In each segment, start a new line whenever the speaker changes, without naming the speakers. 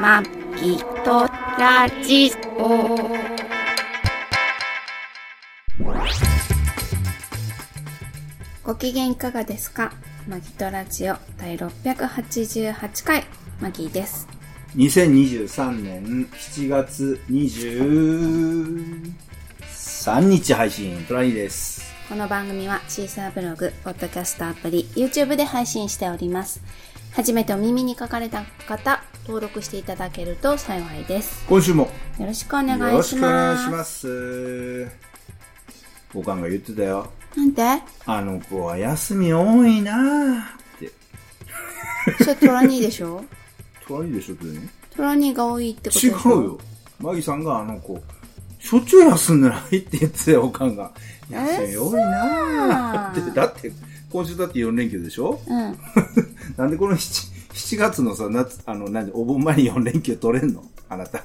まきとラジオ。ご機嫌いかがですかマギトラジオ第688回、マギーです。
2023年7月23日配信、トラニーです。
この番組はシーサーブログ、ポッドキャストアプリ、YouTube で配信しております。初めてお耳に書かれた方、登録していただけると幸いです。
今週も
よろしくお願
よ
いします。
ろしくお願いします。おかんが言ってたよ。
なんで
あの子は休み多いなぁって。
それトラニーでしょ
トラニーでしょってね。
トラニーが多いってこと
違
でしょ
うよ。マギさんがあの子、しょっちゅう休んでないって言ってたよ、おかんが。休み多いなぁって。だって、今週だって4連休でしょ
うん。
なんでこの 7, 7月のさ、夏、あの、何、お盆前に4連休取れんのあなた。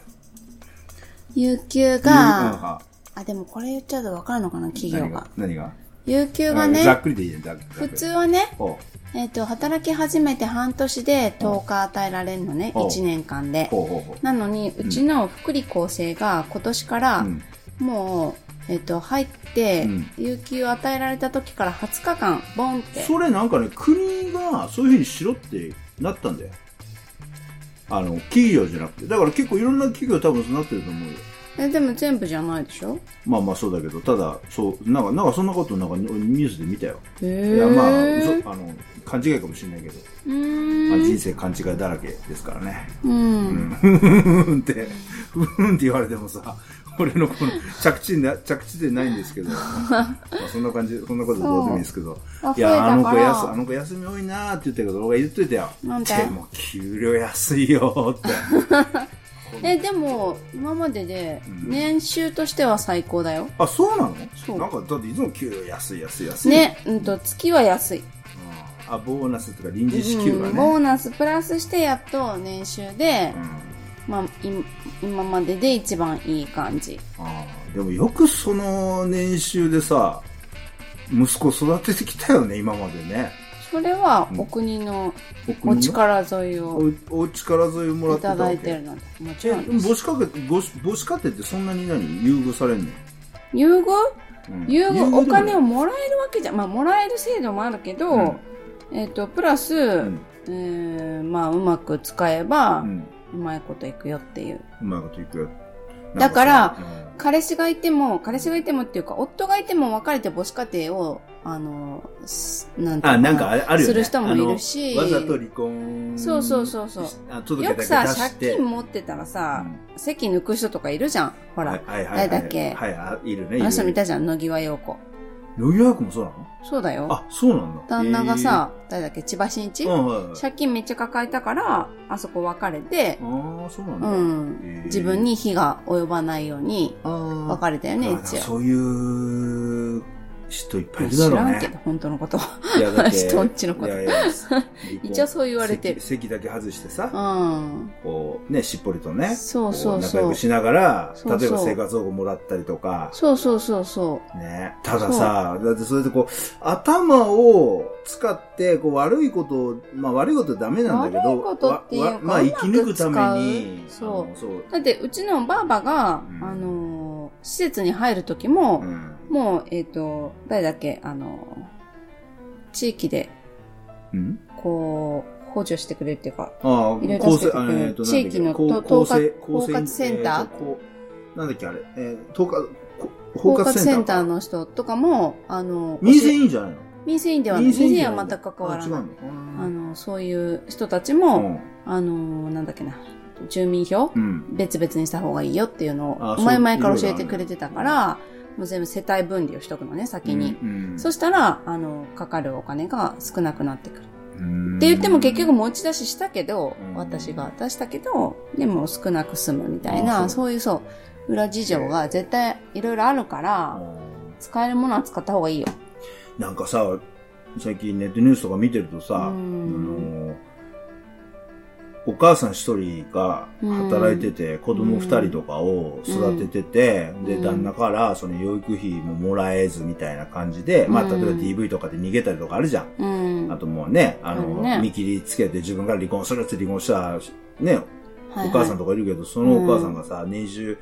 有給
うん
が、
あ
あ、でもこれ言っちゃうと分かるのかな、企業
何
が
が。何が
有給が
あざっ
ね、
くりでいいね、ざっくり。
普通はね、
おう。
えっ、と、働き始めて半年で10日与えられるのね、
うん
1年間で。
ほうほうほ
なのに、うちの福利厚生が今年か
う。
ら
う、ん。
もう、えっ、と、入って
うん、
有給を与えられた時から20日間、ボンって。
それなんかね、国がそういうふうにしろってなったんだよ。あの、企業じゃなくて。だから結構いろんな企業多分そうなってると思うよ。
えでも全部じゃないでしょ
まあまあそうだけど、ただ、そう、なんか、なんかそんなことなんかニュースで見たよ。
へ
い
ぇ
や、まあ、嘘
う、
あの、勘違いかもしれないけど、
ー
まあ
ん。
人生勘違いだらけですからね。
うん。
ふーんって、ふーんって言われてもさ、俺のこの着地な、着地でないんですけど、まあそんな感じ、そんなことどうでもいいですけど
そう、
いや、あの
あ
子
増えたから
やすあの子休み多いなーって言ったけど、俺が言っといたよ。
なんで
でも、給料安いよーって。
えでも今までで年収としては最高だよ、
あ、そうなの
そう
なんか、だっていつも給料安い安い安い。
ね、うんと月は安い、
うん。あ、ボーナスとか臨時支給が
うんボー
ね。
ナスプラスしてやっと年収で
う、ん。
まあ、い今までで一番いい感じ
あーでもよくその年収でさ、息子育ててきたよね、今までね。
それはお国の
僕
お
の
力添えを
おお力添えもら
い
ってた
た
わけ
だいてるのでもち
え
ろんです
母子家庭母子母子家庭ってそんなに何優遇されんの、
優遇
うん
優
で
遇
も
お金を
ない
もらえるわけじゃまあもらえる制度もあるけど、
うん
えっとプラス、
ん
えーまあ、うまく使えば、
う
うんまいこといくよっていう
うまいこといくよなんさ
だから
うん
彼氏がいても、彼氏がいてもっていうか、夫がいても別れて母子家庭を、あの、すなんていう
あ
の
なんかあれあるよ、ね、
する人もいるし
あのわざと離婚
そうそうそうそう
あ届
よ
け
くさ、
だけ出し
借
て
金持ってたらさ、
うん
席抜く人とかいるじゃん。ほら、
はいはいはいは
誰
い
だっけ
はいあいるね
あの人もい
い
たじゃん、野際陽子。
野際君もそうなの
そうだよ。
あそうなんだ
旦那がさ、誰だっけ、千葉真
え
一、
ーうんはいはい
借金めっちゃ抱えたから、あそこ別れて
あ、ーそうなん
う
だ、
ん、
えー
自分に火が及ばないように
あー
別れたよね、
あ
一応。
そういう人いっぱいいるだ
知
ろう
ら
ね。
んけど、本当のことは。
いやだって
人んちのこと
いやいや
一応そう言われてる
席席だけ外してさ、
うん。
こうね、しっぽりとね、
そうそう
こ仲
そ
良
う
く。しながら、
そうそう
例えば生活保護もらったりとか、
そうそうそうそう。
ね。たださ、だってそれでこう、頭を使って、こう悪いことを、まあ悪いことはダメなんだけど、
悪いことっていうか
わわまあ
う
生
まく
き抜くために、
使うそう
あのそう。
だって、うちのばあばが、
うん
あのー、施設に入る時も、
うん。
もう、えっ、と、誰だっけ、あのー、地域で、
うん
こう、補助してくれるっていうか、
あ
いろ
あ、
いろ
構
助
成、
けて
あ
くれる
えっと、
地域の
なんだっけ
と
こう構成
統括
構成
統括センター
えとこうなんだっけあれ、えー、統括、こ
包
包
括
括
セ
セ
ン
ン
タ
タ
ー
ー。
の人とかも、あのー、
民生委
教え
員じゃないの
民生委員ではない。民生
委員
委
じゃ
員
な
はい全く関わらな
あ
い。
違う
あ
の
のー、そういう人たち
あー
も、あのー、なんだっけな、住民票
うん。うん。
別々にした方がいいよっていうの
あ
を、
そう
前々から教えてくれてたから、もう全部世帯分離をしとくのね、先に。
うん。
そ
し、
したら、あの、かかるお金が少なくなってくる。ってて言っても結局持ち出ししたけど
う、ん
私が出したけど、でも少なく済むみたい
あ
な、
そ
そういうそう、裏事情が絶対いろいろあるから、使えるものは使った方がいいよ。
なんかさ、最近ネットニュースとか見てると
う
さ、あ
ん。
のーお母さん一人が働いてて、子供二人とかを育ててて、
ん
で、
うん
旦那からその養育費ももらえずみたいな感じで、まあ、
うん
例えば DV とかで逃げたりとかあるじゃん。
うん
あともうね、あ
ある
の、
ね
見切りつけて自分から離婚するって離婚した、ね、
はいはい
お母さんとかいるけど、そのお母さんがさ、年収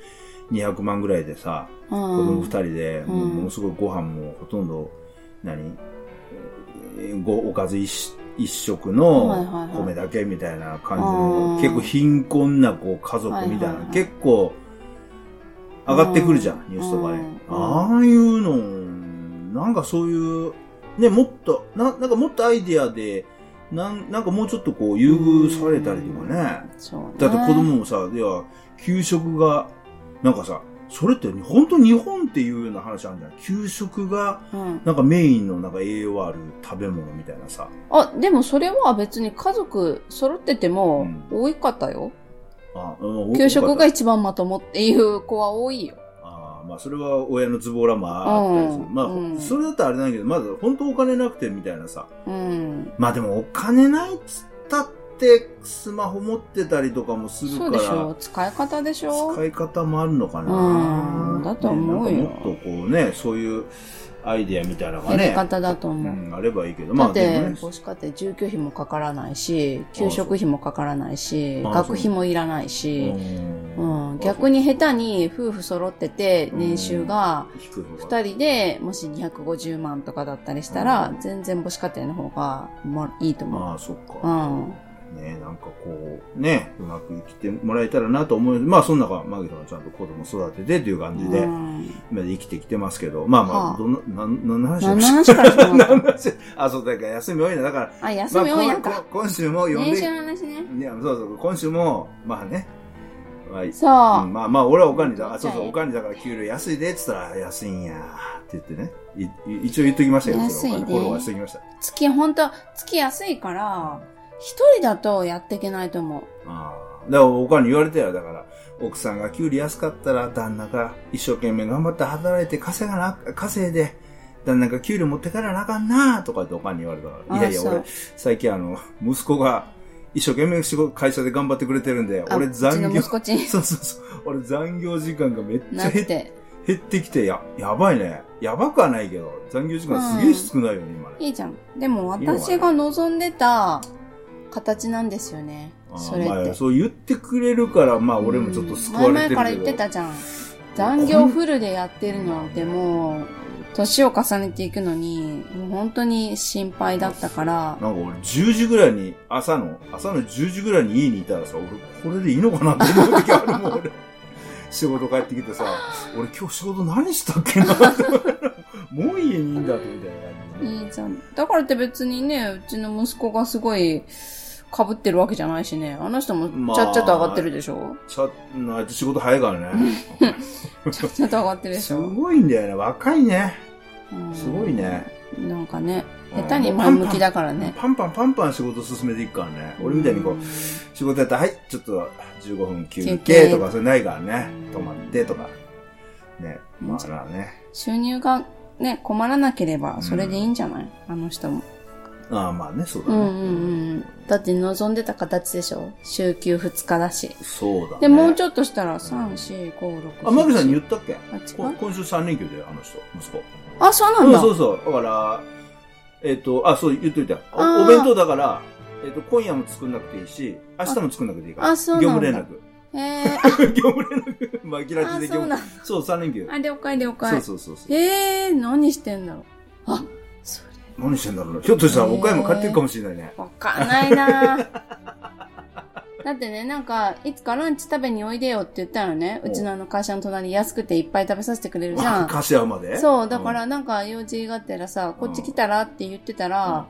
200万ぐらいでさ、子供二人で、
うん
もうものすごいご飯もほとんど、何えーごおかず一一食
はいはいは
の
い
米だけみたいな感じ
あ
の
ー、
結構貧困なこう家族みたい
はいはい
な
は、い
結構上がってくるじゃ
う
ん、
ん
ニュースとかで
うん。
ああいうの、なんかそういう、ね、もっと、ななんかもっとアイディアで、なんなんかもうちょっとこう優遇されたりとかね。
そうね
だって子供もさ、では、給食が、なんかさ、それって本当日本っていうような話あるじゃん。給食が、
うん
なんかメインのなんか栄養ある食べ物みたいなさ。
あでもそれは別に家族揃ってても多かったよ、
あうん
給食が
多かっ
一番まともっていう子は多いよ
たあまあそれは親のズボラもあったりする。
うん
まあ、
うん
それだったらあれなんだけど、まず本当お金なくてみたいなさ。
うん
まあでもお金ないっつったって、スマホ持ってたりとかもするか
そう
ら。
でしょ使い方でしょ
使い方もあるのかな、
うんだと思うよ
ねなんかもっとこうね、そういうアイディアみたいなの
や
が
り
ね、
方だと
う
思う、
ん、あればいいけど、
だ
まあ
っ
で
て、
もね、
母子家庭住居費もかからないし給食費もかからないし
あそう
学費もいらないし、
う
うん
ん
逆に下手に夫婦揃ってて
うん
年収が
低い方が
2人でもし250万とかだったりしたら
うん
全然母子家庭の方がもいいと思う。
ああ、そっ
う
か。
ん、
ね、なんかこう、ね、うまく生きてもらえたらなと思う。まあ、その中、マギさんはちゃんと子供育ててという感じで、
うん
今で生きてきてますけど、まあま
は
あ、
あ
どんな、なん、なんの話
何の話から始 まったの
あ、そう、だから休み多いな。だから、
あ、休み多いやん
まあ
か。
こん今週も呼ん
年
で
収の話ね。
いや、そうそう、今週も、まあね、まあ、うん
そう。
まあまあ、俺はおかんにだ、あ、
じ
そ
ゃ
う
あ
そう、おかんにだから給料安いで、っつったら、あ安いんや、って言ってね。いい一応言っときましたけど、それはお
安いで
金フォローはしてきました。
月、本当月安いから、一人だとやっていけないと思う。
ああ。だから、おかんに言われたよ、だから、奥さんが給料安かったら、旦那が一生懸命頑張って働いて稼がな、稼いで、旦那が給料持ってからなあかんなあとかっておかんに言われたから、いやいや、
あそう
俺、最近あの、息子が一生懸命仕事、会社で頑張ってくれてるんで、
あ
俺残
うちの
業、
息子ちに
そうそうそう。俺残業時間がめっち
な
ゃ
っ。
減って 減ってきて、や、やばいね。やばくはないけど、残業時間すげえ少ないよね、今ね。
いいじゃん。でも
いいのかな
私が望んでた形なんですよね。
あー
それっ
まあ
て。
そう言ってくれるから、まあ俺もちょっと救われて
前
るけど。
々から言ってたじゃん。残業フルでやってるのでも、年を重ねていくのに、もう本当に心配だったから、
なんか俺10時ぐらいに、朝の、朝の10時ぐらいに家にいたらさ、俺これでいいのかなって思う時あるもん、 俺。仕事帰ってきてさ、俺今日仕事何したっけなって。もう家にいいんだって、みたいな感じでね。
いいじゃん。だからって別にね、うちの息子がすごい被ってるわけじゃないしね、あの人
ま
も
あ
ちゃっちゃと上がってるでし ょ、
ちゃ、うんあいつ仕事早いからね。
ちゃっちゃと上がってるでし
す
ょ、
ごいんだよね。若いね。
うん
すごいね。
なんかね、
うん
下手に前向きだからね。
パンパンパンパン仕事進めていくからね。俺みたいにこう、仕事やったら、はい、ちょっと15分休
休
憩
憩
とか、それないからね。止まってとか。ね。まあなね。
収入がね、困らなければそれでいいんじゃない、あの人も。
ああ、まあね、そうだ
うん
ね。
うんうん。だって望んでた形でしょ週休2日だし。
そうだね。
で、もうち
ょっ
ょっとしたら、3、4、5、6。
あ、マグさんに言ったっけ
あ、違
こ
う
今週3連休だよ、あの人、息子。
あ、そうな
うんん、
だ。
そうそう。だから、えっと、あ、そう、言っといたよ。
あー
おお弁当だから、えっと、今夜も作んなくていいし、明日も作んなくていいから。
ああそうなんだ
業務
へえ。
連絡。 業務連絡。まあ、キラ
あ、
キで業
そう
務
なんだ。
そう、3連休。
あ、了解了解。
そうそうそうそう。
ええー、何してんだろう。あ、それ。
何してんだろうねひょっとしたら
へー
岡山帰ってるかもしれないね。
わかんない なだってね、なんか、いつかランチ食べにおいでよって言ったらね、
お
うちのあの会社の隣安くていっぱい食べさせてくれるじゃ
わ
ん。
柏まで
そう、だからなんか用事があったらさ、こっち来たらって言ってたら、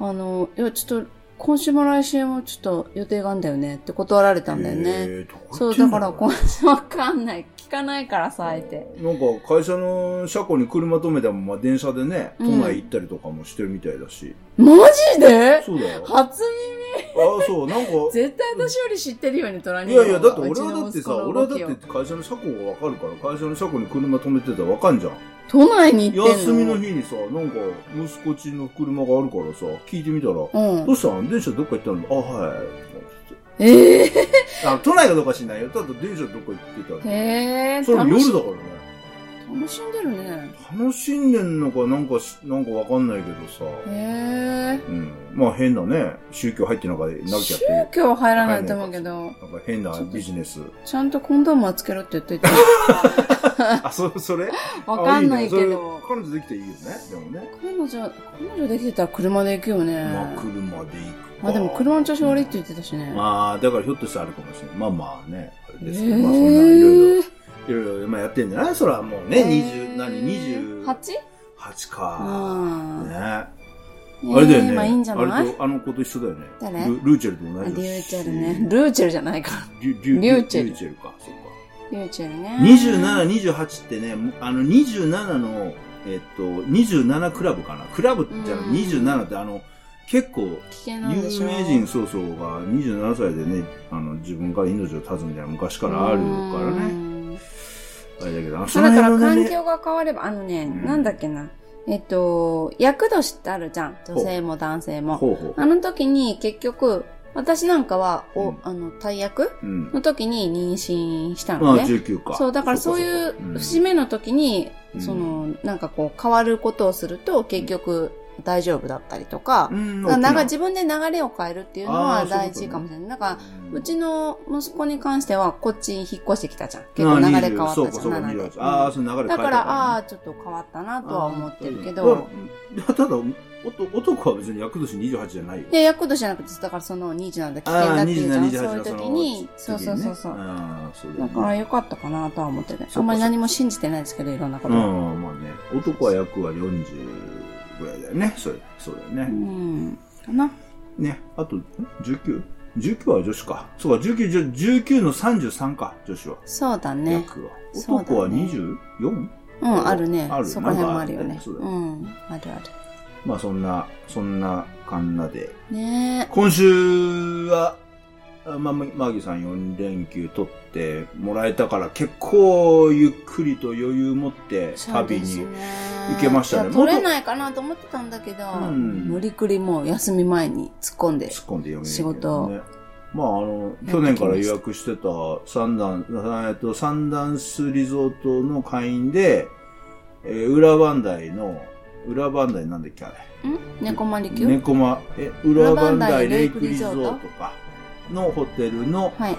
あの、いや、ちょっと、今週も来週もちょっと予定があんだよねって断られたんだよね。。そう、だから
こ
今週わかんない。聞かないからさ、あえて。
なんか会社の車庫に車止めても、まあ、電車でね、都
うん
内行ったりとかもしてるみたいだし。
マジで
そうだよ。あ
初耳
そう、な んか。
絶対私より知ってるよね、トラ
い
ニー
やいや、
は
だって俺はだっ
うちの
てさ、
息子の
俺
動
はだっ
きを
て会社の車庫がわかるから、会社の車庫に車止めてたらわかんじゃん。
都内に行ってんの
休みの日にさ、なんか、息子ちの車があるからさ、聞いてみたら、ど
うん。
うしたん電車どっか行ったのあ、はい。
ええ
あ、都内がどっかしないよ。ただ電車どっか行ってたら
へえ
それも
楽し
夜だからね。
楽しんでるね。
楽しんでんのか、なんかし、なんかわかんないけどさ。
へえ。
うん。まあ変なね、宗教入ってなんか投げちゃって。
宗教は入らないと思うけど、
なんか変なビジネス。
ちゃんとコンドームはつけろって言っと いて。
あ、そ、それ
わかんないけ
あね
ど
それ。彼女できていいよね。でもね。
彼女、彼女できてたら車で行くよね。
まあ車で行くか。
まあでも車の調子悪いって言ってたしね。
まあ、だからひょっとしたらあるかもしれない。まあまあね、あれ
え
ですけど、まあそんないろいろ、
え。
いろいろまあやってんじゃないそれはもうね、二十、何、二十
8?
八か。
あ
ね。
あ。
あ
えー
れだよね。
まあいいんじゃな
あ
い
れとあの子と一緒だよね。
誰
ルルーチェルと
あ
同
リ
じだし
ューチェルね。。ルーチェルじゃないから。
リュリュ
リューチェル
リューチェルか、そうか。
リューチェルね。
27、28ってね、もうあの27の、えっと、27クラブかな。クラブじゃな
うん
い、27ってあの、結構、
危険なんでし
有
ょ
名人そうそうが27歳でね、あの、自分から命を絶つみたいな昔からあるからね。
ね。
あれだけど、あの
そうだから環
ね、
境が変われば、あのね、
ん
なんだっけな。えっと、役年ってあるじゃん。女性も男性も。
ほうほう。
あの時に結局、私なんかは、
う
お
ん、
あの、大役
うん。
の時に妊娠した
ま
の
あ、
ね。
19か。
そう、だからそういう節目の時に、
うん
その、なんかこう、変わることをすると、結局、大丈夫だったりとか
う、ん、
だからなんか
大き
自分で流れを変えるっていうのは
あーそう
大
いうことね
事かもしれない。なんか、
な
うちの息子に関しては、こっちに引っ越してきたじゃん。結構流れ変わったじゃん。
そうか、そうか、
7
28
で
ああ、その流れ変
だ
えた
から、あ
あ
あー、ちょっと変わったなとは思ってるけ
ー
ど、。
だからただ、おと男は別に役年28じゃないよ。
いや、役年じゃなくて、だからその2時なんだ危険
あ
だ
あ、
って
2
い
時
うじゃん。そ
な、2時
ういう時に、そうそうそうそう。
ああ、そうだよ
だ
ね
から良かったかなとは思ってる
う。
あ
か
んまり何も信じてないですけど、いろんなこ
う
と。
ん、まあね。男は役は40ぐらいだよね。そうそうだよね。
うん。かな。
ね、あと、ん 19?19 は女子か。そうか、19、じゃ19の33か、女子は。
そうだね。
役は。
そうだね
男は 24?
うん、あるね。
ある
そこら辺もあるよ
なん
ね
か。あ
う
るよね
ん、あるある。
まあそんな、そんなかんなで。
ね
今週は、あまあ、まマギさん4連休取ってもらえたから結構ゆっくりと余裕持っ
え。
て旅に。
行
けましたね
取れないかなと思ってたんだけど、
うん
無理くりもう休み前に突っ込んで。
突っ込んで読める
仕事を
まあ、あの、去年から予約してた三段、えっと、三段スリゾートの会員で、えー、裏磐台の、裏磐台なんだっけあ
ん猫まりき
れ。
ゅう
猫ま、え、裏磐
裏磐
台
梯
レ
レ
イ
イ
ク
ク
リ
リ
ゾ
ゾ
ー
ー
トかのホテルの
はい。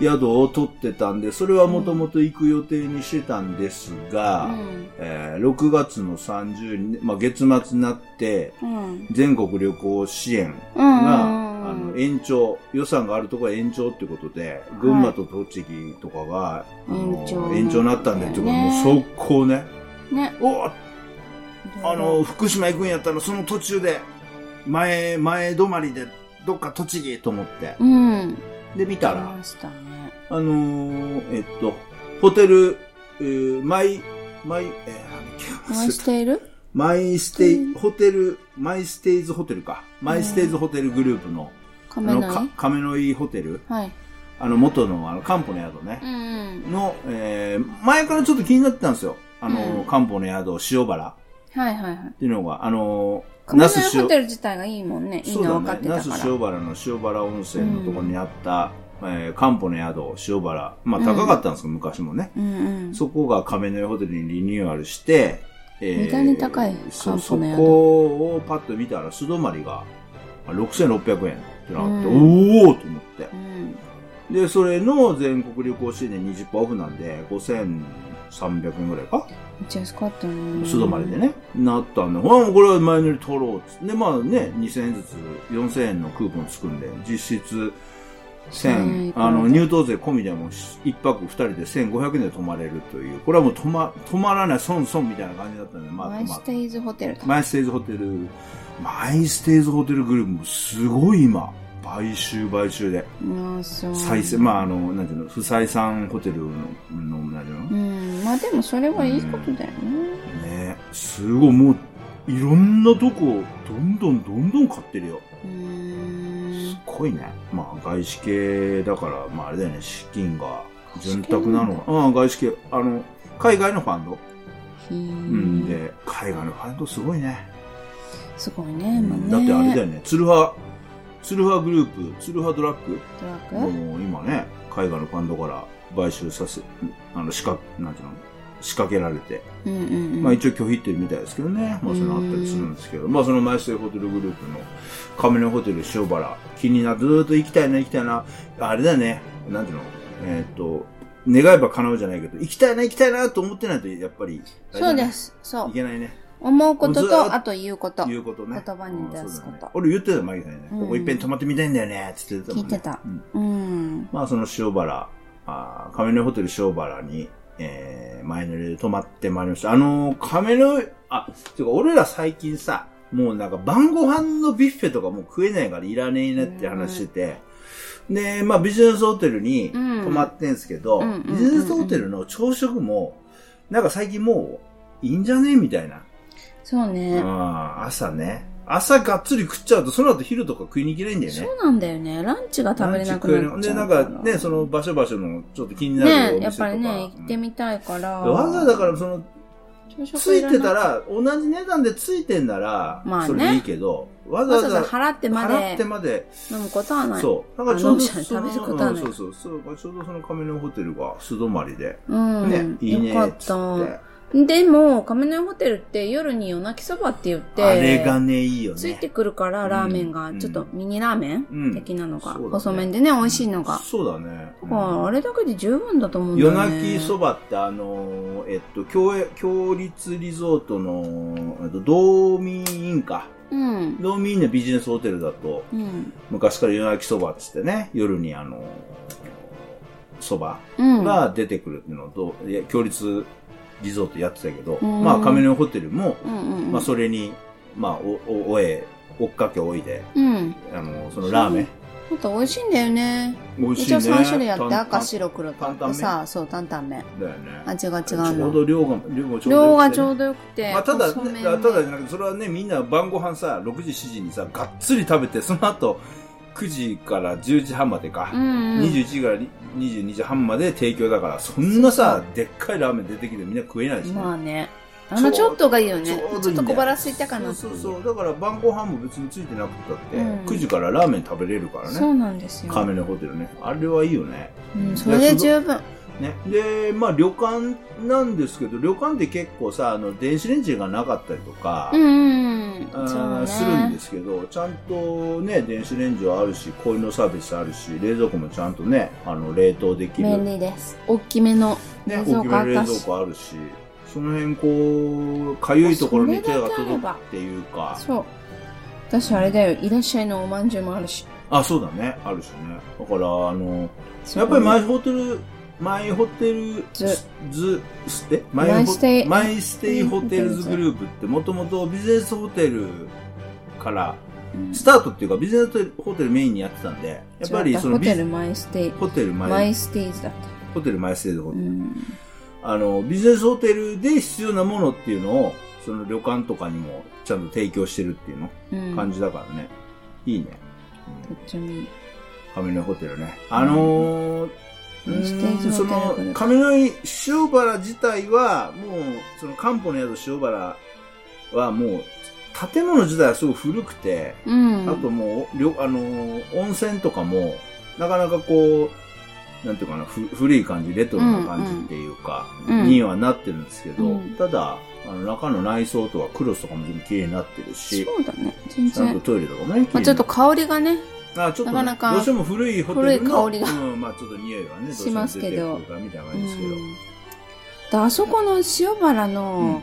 宿を取ってたんで、それはもともと行く予定にしてたんですが、
うん。
えー6月の30に、まあ、月末になって、
うん。
全国旅行支援
う
が、あ
ん
の、。延長、予算があるところは延長ってことで、群馬と栃木とかが、あの
延長
延長になったんで、
ね
ってことでもう速攻ね、
ね。
おーあの、、福島行くんやったらその途中で、前、前止まりで、どっか栃木と思って。
うん。
で、見たら
出、ましたね。
あのー、えっと、ホテル、えーマイ、マイ、えー、なんだっけ
お会いしている
マイステイ、ホテル、マイステイズホテルか。マイステイズホテルグループの、
カ
あ
メ
の、
ラ
か
に
亀の井ホテル
はい。
あの、元の、あの、漢方の宿ね
う。ん。
の、えー、前からちょっと気になってたんですよ。あの、
うん
漢方の宿、塩原っ
はいはいはい。
ていうのが、あの、
カ
那
メラ
須
ホ
塩
テル自体がいいもんね。いい
そう
の
だ
分かっ
ね。
て
那
たから。
須塩原の塩原温泉のところにあった、えー、漢方の宿、塩原。まあ、高かったんですよ、昔もね。
うんうん。
そこが亀の湯ホテルにリニューアルして、え
無駄に高い
そう
漢方の宿
そこをパッと見たら、素泊まりがあ6600円ってなって、
うん
おーと思って。
うん。
で、それの全国旅行支援で20%オフなんで、5300円ぐらいか、
めっちゃ安かったね。
素泊まりで。ね、なったんで、ほら、もうこれは前乗り取ろうっつって。で、まあね、2000円ずつ、4000円のクーポンつくんで、実質、
うんい
1000
い、かな
あの、入湯税込みでも、1泊2人で1500円で泊まれるという、これはもう泊ま、泊まらない、損損みたいな感じだったんで、まあ、
マイ
泊ま
ステイズホテルだ。
マイステイズホテル、マイステイズホテルグループもすごい今、買収買収で。
ああ、そう。
再生、まあ、あの、なんていうの、不採算ホテルの、のなんていうの、
うん。まあでもそれはいいことだよね。
ねすごい、もう、いろんなとこ、どんどんどんどん買ってるよ。
う
す
ん。
ごいね。まあ、外資系だから、まあ、あれだよね、資金が潤沢なのが。うん、外資系、あの、海外のファンド。
う
うん、。で、海外のファンドすごいね。
すごいね、まあね。
だってあれだ
よ。
よね、ツルハ、ツルハグループ、ツルハドラッグ。
トラック
もう今ね、海外のファンドから買収させ、あの、資格、なんていうの仕掛けられて、
うんうんうん。
まあ一応拒否ってるみたいですけどね。まあそれあったりするんですけど、まあそのマイスイホテルグループの亀のホテル塩原、気になずーっと行きたいな行きたいな、あれだね、なんていうの、えーっと、願えば叶うじゃないけど、行きたいな行きたいなと思ってないと、やっぱり、。
そうですす。そ。
いうけないね。
思うこと
ずーっと
と、あと言うこと。
いうことね。
言葉に出すこと
うんそうだね俺言ってたよ、マギさんにね。
うん
ここいっぺん泊まってみたいんだよね、つって言ってたもんね。
聞いてた
うん
うん。
まあその塩原、あー亀の湯ホテル塩原に、えー、前乗りで泊まってまいりました。あのー、亀の湯、あ、てか俺ら最近さ、もうなんか晩ご飯のビュッフェとかもう食えないからいらねえなって話してて、で、まあビジネスホテルに泊
うん
まってんすけど、
うんうんうんうん
ビジネスホテルの朝食も、なんか最近もういいんじゃねみたいな。
そうね。
あー朝ね。朝がっつり食っちゃうと、その後昼とか食いに行けないんだよね。
そうなんだよね。ランチが食べれなくなっちゃう
で、なんかね、その場所場所のちょっと気になるお
ね
店とか。
やっぱりね、行ってみたいから。
うんわざわざだから、その、
朝食
ついて
ら
たら、同じ値段でついてんなら
まあ、ね
それでいいけど、
な
わざ
い、
わ
わざわざ
ざ
払ってま
払
で
ってまで、
飲むことはない。
そう。だからちょ
あ飲
うど、
むじゃない食べることはない
そうそうそう。そうちょうどその亀の湯ホテルが素泊まりで、
う。ん。
ね、いいね
よかっ
つって
た。。でも、亀の湯ホテルって夜に夜泣きそばって言って、
あれがね、いいよね。
ついてくるから、ラーメンが、
うん
ちょっとミニラーメ
うん
ン的なのが、
そうだね
細麺でね、美味しいのが。
そうだね。
だから、あれだけで十分だと思うんだよ
夜
ね。
泣きそばってあのーえっと共栄共立リゾートのえっと道民委員か
うん。
道民委員のビジネスホテルだと
うん。
昔から夜泣きそばっつってね夜にあのーそば
うん。
が出てくるっていうのをどういや共立リゾートやってたけど、
うん
まあ亀の湯ホテルも、
うんうんうん。
まあそれにまあおおおえ追っかけおいで
うん。
あのーそのラーメン
あと美味しいんだよね。
美味しい
一
ね
応3種類あって、
担々
赤、白、黒とあってさ、そう、担々麺。
だよね
味が違
ち
う
ょう
の。
ど量が量がちょうどよくてね
量がちょうどよくて。
まあ、ただ、
細
ね、
麺
ただ
で
じゃなくて、それはね、みんな晩ご飯さ、6時、7時にさ、がっつり食べて、その後、9時から10時半までか、
うんうん。
21時から22時半まで提供だから、そんなさ、でっかいラーメン出てきてみんな食えないし、
まあね。あのちょっとがいいよね。
う
ちょっ
いいんだよ
と小腹空いたかなって
そ
いうう。
そうそう。だから晩ご飯も別についてなくたって、
うん
9時からラーメン食べれるから
そ
ね。
うなんですよ。
亀のホテルね。あれはいいよね。
うん、それで十分。
ね。で、まあ旅館なんですけど、旅館って結構さ、あの、電子レンジがなかったりとか、
うんうんうん。。
あーするんですすけど、ちゃんとね、電子レンジはあるし、氷のサービスあるし、冷蔵庫もちゃんとね、あの、冷凍できる。
便利です。大きめの
ね、
冷蔵
大き
庫あ
め
っ
の
た
冷蔵
し。
庫あるし、その辺こう、かゆいところに手が届くっていうか、
そう。私あれだよ。いらっしゃいのおまんじゅうもあるし。
あ、そうだね、あるしね。だから、あの、
そ
やっ
こ
ぱり
に
マイホテル、マイホテル
ず
ず、ず、すって
マイステイ
マイステイホテルズグループってもともとビジネスホテルから、
うん
スタートっていうかビジネスホテルメインにやってたんで、やっぱりその
ホ
ビジ
テルマイステイ。
ホテル
マ
前
イ、ステイズだった。
ホテル前ステイホ
う
テル、
ん。
あの、ビジネスホテルで必要なものっていうのを、その旅館とかにもちゃんと提供してるっていうの、
うん。
感じだからね。いいね。
とっちゃいい。
亀の湯ホテルね。あのー、う
ステージ
ーんそ
ホテル
の
グループ
亀の井塩原自体はもうその漢方の宿塩原はもう建物自体はすごい古くて、
うん。
あともう、りょあのー温泉とかも、なかなかこう、なんていうかな、ふ古い感じ、レトロな感じっていうか、
うんうん
にはなってるんですけど、
うん
ただ、あの中の内装とかクロスとかも全部綺麗になってるし、
そうだね。全
ちゃんと
然。
トイレとかもね、綺麗に
まあちょっと香りがね、
あちょっと
な
ね、
かなか
どうしても古いホテルの
古い香り
うん、まあちょっと匂いはね、どうして
し
も
ま
出
す
て
け
く
ど
るかみたいな感じですけど。
うんであそこの塩原の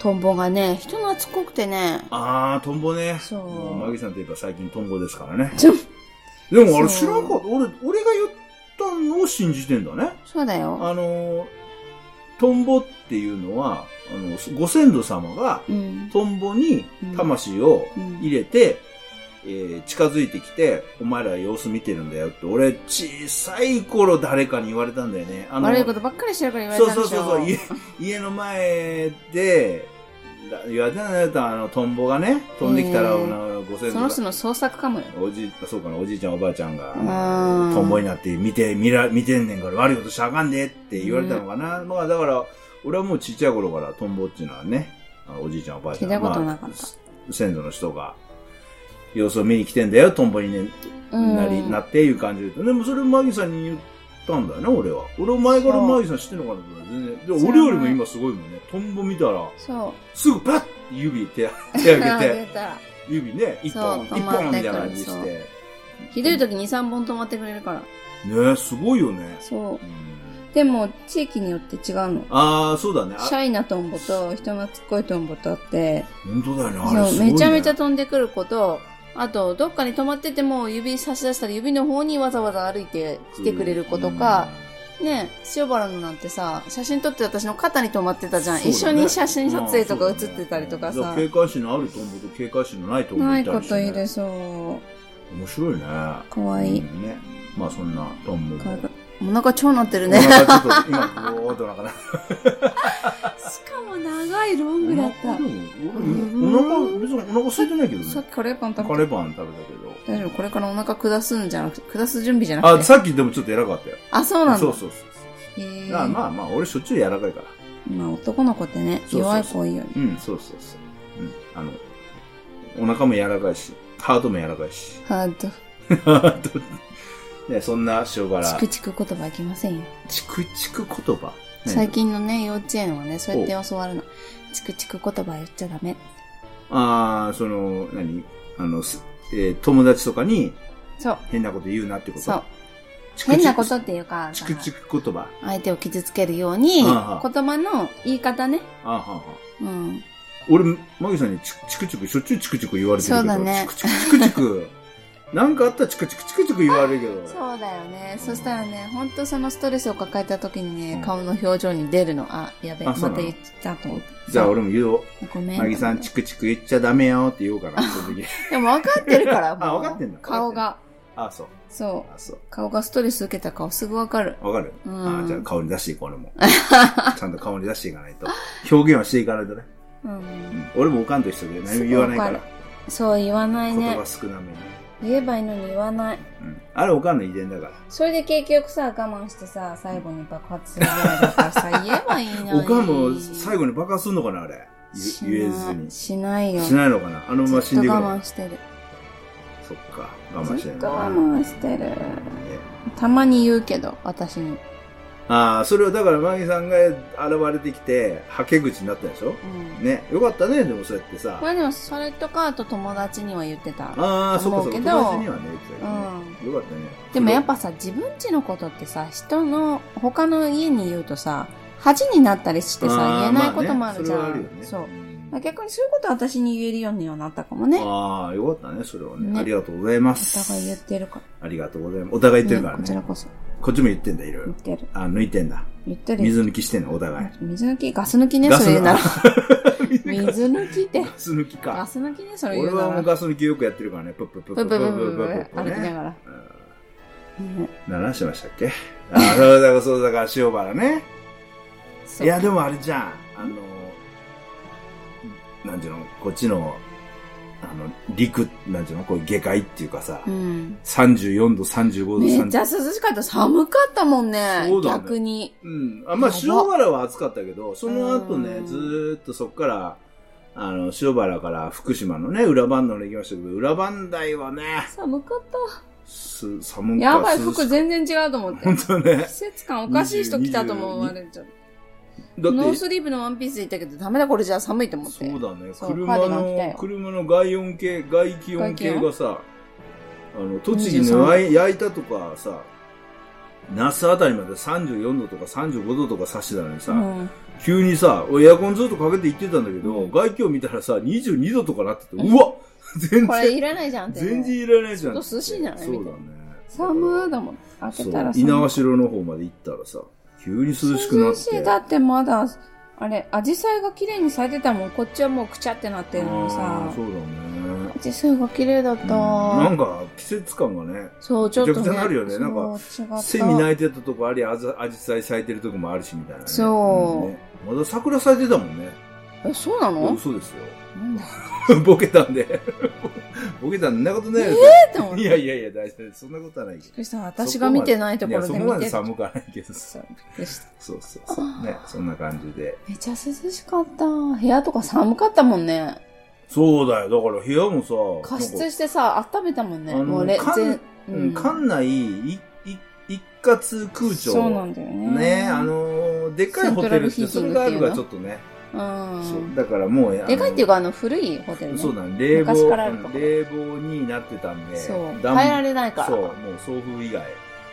トンボがね、人懐っこくてね、
あー、トンボね。
そう
もマギさんといえば最近トンボですからね。
ちょ
でもあれ知
そう
らんかった。俺、俺が言ったのを信じてんだね。
そうだよ。
あのー、トンボっていうのは、あの、ご先祖様が
うん。
トンボに魂を
うん
入れて、えー近づいてきて、お前ら様子見てるんだよって、俺、小さい頃誰かに言われたんだよね。あの
悪いことばっかりしてるから言われ
そう
たんで
そ
し
う
ょ。
そうそう家家の前でだ言われたんだよあのトンボがね飛んできたら、
うん
あのご先
そ
祖
の
が
人の創作かもよ。
おじそうかなおじいちゃんおばあちゃんが
うん
トンボになって見て見ら見てんねんから悪いことしちゃあかんでって言われたのかな、まあだから俺はもうちっちゃい頃からトンボっていうのはねあのおじいちゃんおばあちゃん
聞いたことなかった
まあ先祖の人が様子を見に来てんだよトンボにね
うん。
なり、なっていう感じで。でもそれマギさんに言っったんだよね、俺は。俺は前からマギさん知ってるのかなと思ったら全然。で、俺よりも今すごいもんね。トンボ見たら、
そ
すぐパッて指手、手
う。
上げて、
げたら。
指ね、一本、
そう
一本みたいな感じに
そう
して。
ひどい時に3本止まってくれるから。
ねすごいよね。
そう
う。ん
でも、地域によって違うの。
ああ、そうだね。あ
シャイなトンボと、人懐っこいトンボとあって、
本当だよね、あれ
そう、
すごい、ね。
めちゃめちゃ飛んでくること、あと、どっかに止まってても指差し出したら指の方にわざわざ歩いて来てくれる子とか、ねえ、塩原のなんてさ、写真撮って私の肩に止まってたじゃん。
そう
一
だ
緒
ね
に写
う
真
ん、
撮影とか写ってたりとか
うんそう
さ
だね。警戒心のあるトンボと警戒心のないトンボ
ない
た
こ
りして
と
ね
いいでしょ
面白いね。
う。かわいい。
うんね。まあそんなトンボ
かわ
も
い。かお腹超なってる
お
ね。 し
腹ちょっと今、ぼーっとなんかね。
かも長いロングだっ
お腹
た
で。も俺お腹、別にお腹空いてないけどね。
さっきカレーパン食べ
カ
た。
レーパン食べたけど。
大丈夫これからお腹下すんじゃなくて、下す準備じゃな
あ、
くて。
さっきでもちょっと偉かったよ。
あ、そうなんだ。
そうそうそ
へ
う。
ー
まあまあまあ、俺しょっちゅう柔らかいから。
まあ男の子ってね、
そうそうそう
弱い子多いよね。
うん、そうそうそう。うん。あの、お腹も柔らかいし、ハートも柔らかいし。
ハード。
ね、そんな塩原。
チクチク言葉いきませんよ。
チクチク言葉。
最。近のね、幼稚園はね、そうやって教わるの。チクチク言葉言っちゃダメ。
ああ、その、何あの、すえー友達とかに
そう。
変なこと言うなってこと。
そう。
チクチク
変なことっていうか、
チクチ
その
ク言葉。
相手を傷つけるように、言
ああああ
葉の言い方ね。
あはは
うん。
俺、マギさんにチクチクチク、しょっちゅうチクチク言われてるけど。
そうだね
チクチクチクチ ク。なんかあったらチクチクチクチク言われるけど。
そうだよね。そしたらね、ほんとそのストレスを抱えた時に
うん
ね、顔の表情に出るの。あ、やべ、
あ
ま
そう
た
なの
言ったと思って。
じゃあ俺も言おう。
そうごめん。
マギさん、チクチク言っちゃダメよって言おう かな、その時。
でも分かってるから、
あ
もう
分かってんだ
顔が。
あ、そう。
そう。
あ、そう。
顔がストレス受けた顔すぐ分かる。
わかる、
うん
あじゃあ顔に出していこう、俺も。ちゃんと顔に出していかないと。表現はしていかないとね。
う。
うんん、俺もおかんと一緒で何も言わないから。
そう、言わない
言
ね
葉。少なめに、
言えばいいのに言わない。
うん。あれおかんの遺伝だか
それで結局さ、我慢してさ、最後に爆発するぐらいだから さ、言えばいいの
ら。
に。
おかんも最後に爆発すんのかな、あれ。
し
ゆ言えず
ない
に。し
しないよ。
ないのかな。あのまま死
ず
ん
っ
で
と
いくの
我
か
慢してる。
な。そっか。我慢し
ず
ない
っ
の
と
かな
我慢してる。
ね
たまに言うけど、私に。
ああ、それをだから、マギさんが現れてきて、はけ口になったでし
う
ょ
ん。
ね。よかったね、でもそうやってさ
ま。あでも、それとか、あと友達には言ってた。
ああ、そっか
思
そっ
う
か。
け
友
ど
達にはね、言ってたけどねよかったね。
でもやっぱさ、自分ちのことってさ、人の、他の家に言うとさ、恥になったりしてさ、
あー
言えないこともあるじゃん。
まあね、それ
そ
はあ
う
る。よね。
まあ逆にそういうことは私に言えるようにはなったかもね。お
ああ、よかったね、それはね。
ね
ありがとうございます。
互い言ってるから。
ありがとうございます。お互い言ってるから
こち
ね。
らこそ。
こっちも言ってんだ、いろい
言っ。
ろ
てる。
あ、抜いてんだ。
言ってるよ。
水抜きしてんの、お互い。
水抜き、ガス抜きね、
ガス
それ言うなら。
水抜
水抜きって。
ガス抜き
ガ
か。
ス抜きね、それ言
俺
うな
はも
ら。
うガス抜きよくやってるからね。プップップッ
ブブ
プッ
ブ
プ
ブブブ
ップップ
ブ
ップ
歩
ッ
き
プップ
な
ね。
がら。
うん
ね
何してましたっけあー、そうだからそうだから、塩原ね。
そう
いや、でもあれじゃん。あの、なんていうの、こっちの、あの、陸、なんていうの、こういう下界っていうかさ、
うん。
34度、35度、
めっ
3
ちゃ涼しかった。寒かったもんね
そ。うだね
逆に。
うん。あまあ、
やば
塩原は暑かったけど、その後
う
ね、
ん
ずーっとそっから、あの、塩原から福島のね、裏磐道に行きましたけど、裏磐台はね、
寒かった。
す寒か
やばい、
涼し
服全然違うと思って。
本当ね
季。節感おかしい人来たと思われちゃう。
だ
ノー
って、
スリーブのワンピースでいたけど、ダメだ、これじゃあ寒いと思って。
そうだね、
そう
車
パーティーが来た
の
よ、
車の外音系、外気温系がさ、あの、栃木
23
の焼い焼いたとかさ、那須あたりまで34度とか35度とか差してたのにさ、
うん
急にさ、俺エアコンずっとかけて行ってたんだけど、
うん
外気を見たらさ、22度とかなって て、うわ全
これ
然、
いらないじゃんってね。
全然いらないじゃん。
ちょっと涼しいんじゃない
そうだね。
寒いだもん。開けたら
そう、稲ヶ城の方まで行ったらさ、急に涼しくなっ
涼しい。
て。
だってまだ、あれ、アジサイが綺麗に咲いてたもん。こっちはもうくちゃってなってるのに
あ
さ
ー。そうだね。
アジサイが綺麗だっ
な
た。
んか季節感がね、
そう、ちょっとね。
めちゃくちゃなるよねなんか
そう、違った。
セミ鳴いてたとこあり、あざアジサイ咲いてるとこもあるしみたいなね。
そうん
ねまだ桜咲いてたもんね。
え、そうなの
嘘ですよ。
なんだ
ボケたんで。 ボケたんで、そんなことないよ。
えって思って。
いやいやいや、大丈夫です。そんなことはないけど
びっ。くりした私が見てないところ
い
で
やそこま
見
で
て
寒くはないけ
そ
どそう
びっくりした
うそうそうねそんな感じで
めっちゃ涼しかった。部屋とか寒かったもんね。
そうだよだから部屋もさ
加湿してさ、温めたもんね。
あの
もうれ、
缶
全、
なんかうん館内い一一括空調。
そうなんだよね。。
ねあ、のーでっかいホテルって、それがあるがちょっとね。そううんだからもう、あの
でかいっていうか、あの、古いホテルね。
そうだね。冷房、
昔からあるとこ
冷房になってたんで、
そう。
暖
耐えられないから。
そう、もう送風以外、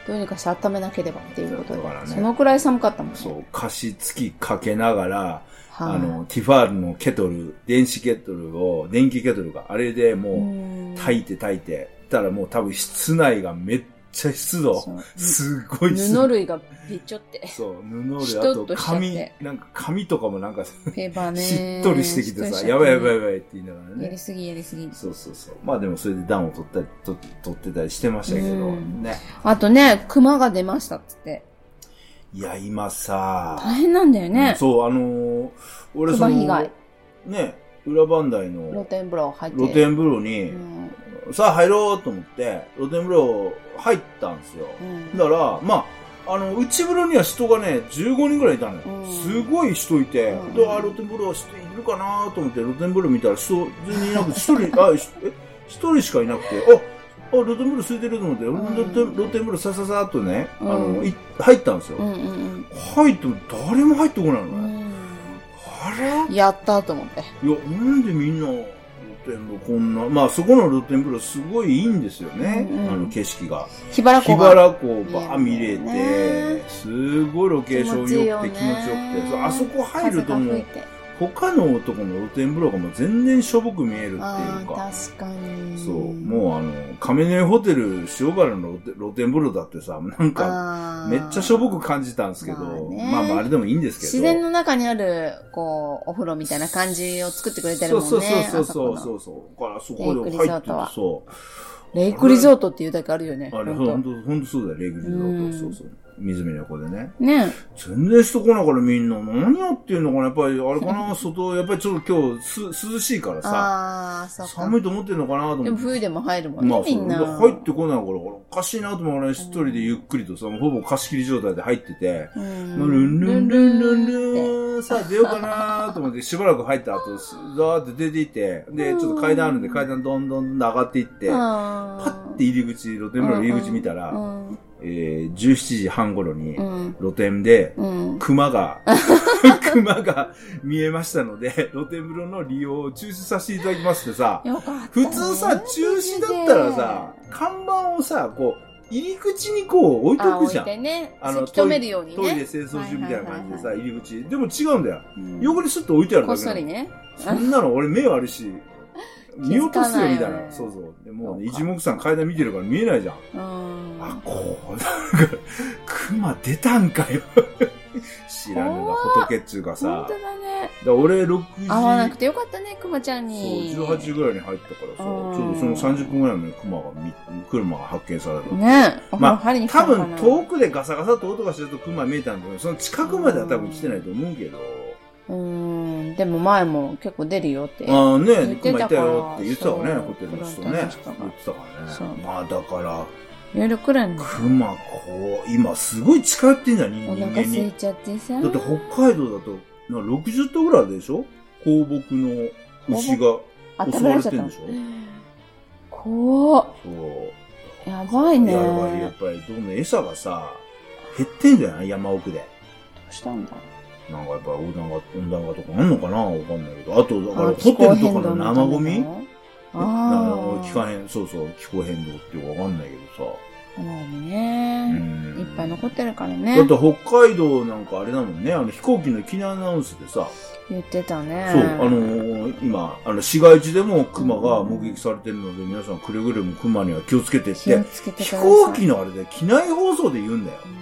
どうにかして温めなければっていうことで
だから。ね
そのくらい寒かったもんね。
そう、加湿器かけながら、
はい。
あの、ティファールのケトル、電子ケトルを、電気ケトルが、あれで
う
も
ん、
う、炊いて炊いて、たらもう多分室内がめっちゃ湿度、
そう
すごい湿
布
度。
類がびちょ って。
そう、布
し
類、あ
とっ
と
としちゃって
髪、なんか髪とかもなんか、
ペーパーね。
しっとりして
し
きて
っとりしち
さ、
ゃ
や
っ
ば
て
いやばいやばいって言いながら
やり
ね。
すぎやりすぎ。
そうそうそう。まあでもそれで暖を取ったり、と取ってたりしてましたけど、
うん
ね。
あとね、熊が出ましたっつって。
いや、今さ、
大変なんだよね。
そう、あのー俺そ
熊被
の
害、。
ね、裏磐梯
露
の
天風呂入って。
露天風呂に、
うん
さあ入ろうと思って、露天風呂入ったんですよ。
うん
だから、まあ、あの、内風呂には人がね、15人ぐらいいたのよ。
うん
すごい人いて、
うん
で、あ、露天風呂は人いるかなと思って、露天風呂見たら人、全然いなくて、一 人、あ、ひえ一人しかいなくて、あ、あ、露天風呂空いてると思って、
ん
露天露天風呂さささっとね、あ
う
の、
ん
い入ったんですよ。
うんうん
入っても誰も入ってこないの
う
ね。
ん。
あれ
うんやったと思って。
いや、なんでみんな、露天風呂こんな、まあそこの露天風呂すごいいいんですよね、
うんうん
あの景色が。
ヒバラ
日
湖
原
が。
湖ばー見
見
れ
える
て、
んだよね
すごいロケーション良く
気持
て気持ち
ちいい
よ
よね
くて、そうあそこ入るとも、
風が吹いうて
他の男の露天風呂がもう全然しょぼく見えるっていう
ああ
か、
ー、確かに。
そう、もうあの、亀根ホテル塩原の露天露天風呂だってさ、なんか、
あー
めっちゃしょぼく感じたんですけど、
まあね
まあまああれでもいいんですけど。
自然の中にある、こう、お風呂みたいな感じを作ってくれてるも
そうん
ね。
そうそうそう
あそ
そ
この
うそう。だからそこで入
レイクリゾー
ってて
トは
そ
レイクリゾートっていうだけあるよね。
う。あれ、
ほんと
ほんと、ほんとそうだよ、レイクリゾ
う
ー
ん
ト。そうそう。湖の横でね。
ね
全然人来ないからみんな、何やってんのかなやっぱり、あれか な外、やっぱりちょっと今日す、涼しいからさ、
ああ、そうか。
寒いと思ってんのかなと
でも
思って。
冬でも入るもんね、
まあ、
み
そ
ん
う。
な。
で入ってこないから、おかしいなと思うね。一人でゆっくりとさ、もうほぼ貸し切り状態で入ってて、
う
まあ
ん
ルンルンルンルン
って
ルン、さあ出ようかなと思って、しばらく入った後、ザーって出ていって、で、ちょっと階段あるんで階段どんどんどん上がっていって、
あー
パッて入り口、露天風呂の入り口見た
う
ら、
ん。
えー17時半頃に
う、ん。
露天で、
うん。
熊が、熊が見えましたので、露天風呂の利用を中止させていただきますってさ、
よかったね。
普通さ、中止だったらさ、看板をさ、こう、入り口にこう置い
あ、
とく
置
じ
い
ゃん。
てね。
あ
あ
の
の、止めるようにね。
トイレ清掃中みたいな感じでさ、
は
入り口。でも違うんだよ。
うん
横にスッと置いてある
こっ
だけ
そ
な
り
の。
ね。
そんなの俺目悪 いし、見落とすよみた
気づ
い
かないよ
な。
ね
そうそう。でもうね、
そうか
一目散階段見てるから見えないじゃん。
うん。
あ、こう、なんか、熊出たんかよ。 知らぬが仏っちゅうか
本
さ。
当だね。
だ俺6時。
会わなくてよかったね、くまちゃん
そう、
に。
18時ぐらいに入ったから
う
さ、ち
ん
ょうどその30分ぐらいの熊が見、車が発見された。
ねえ、お風
まあ
呂入りに来
多
たのか
分
な。
遠くでガサガサと音がしてると熊見えたんだけど、その近くまでは多分来てないと思うけど。
うーん、でも前も結構出るよって。
ああね
言、って
熊い
たから
たよって言ってたわね、
そう
ホテルの人ね。
フロ
言
ントの
って
人
た
が
か
そ
ら
う
ね。まあだから、
いろいろ来るんだ。
熊こう、今すごい近寄ってんじゃん、人
お
人
腹
間
空
に
い。ちゃってさ。
だって北海道だと、な60頭ぐらいあるでしょ放牧の牛が。
あ、食べられちゃった
襲われてん
の
でしょ。
怖っ。
そう。
やばいね。
や
ど
ばい、やっぱり、どんどん餌がさ、減ってんじゃない山奥で。
うしたんだ。
なんかやっぱ温暖化、温暖化とかあんのかなわかんないけど。あと、だから
あ
ホテルとかの生ゴミ
あ気候変動なのあ
気候変、そうそう、気候変動っていうかわかんないけどさ。
ー。生ゴミ
う
ね。
ん
いっぱい残ってるからね
だっ。て北海道なんかあれだもんね、あの飛行機の機内アナウンスでさ、
言ってたね。
そう、あのー今、あの市街地でも熊が目撃されてるので、皆さんくれぐれも熊には気をつけてっ
気を
て、
つけてく
飛
ださい。
行機のあれで機内放送で言うんだよ。
うん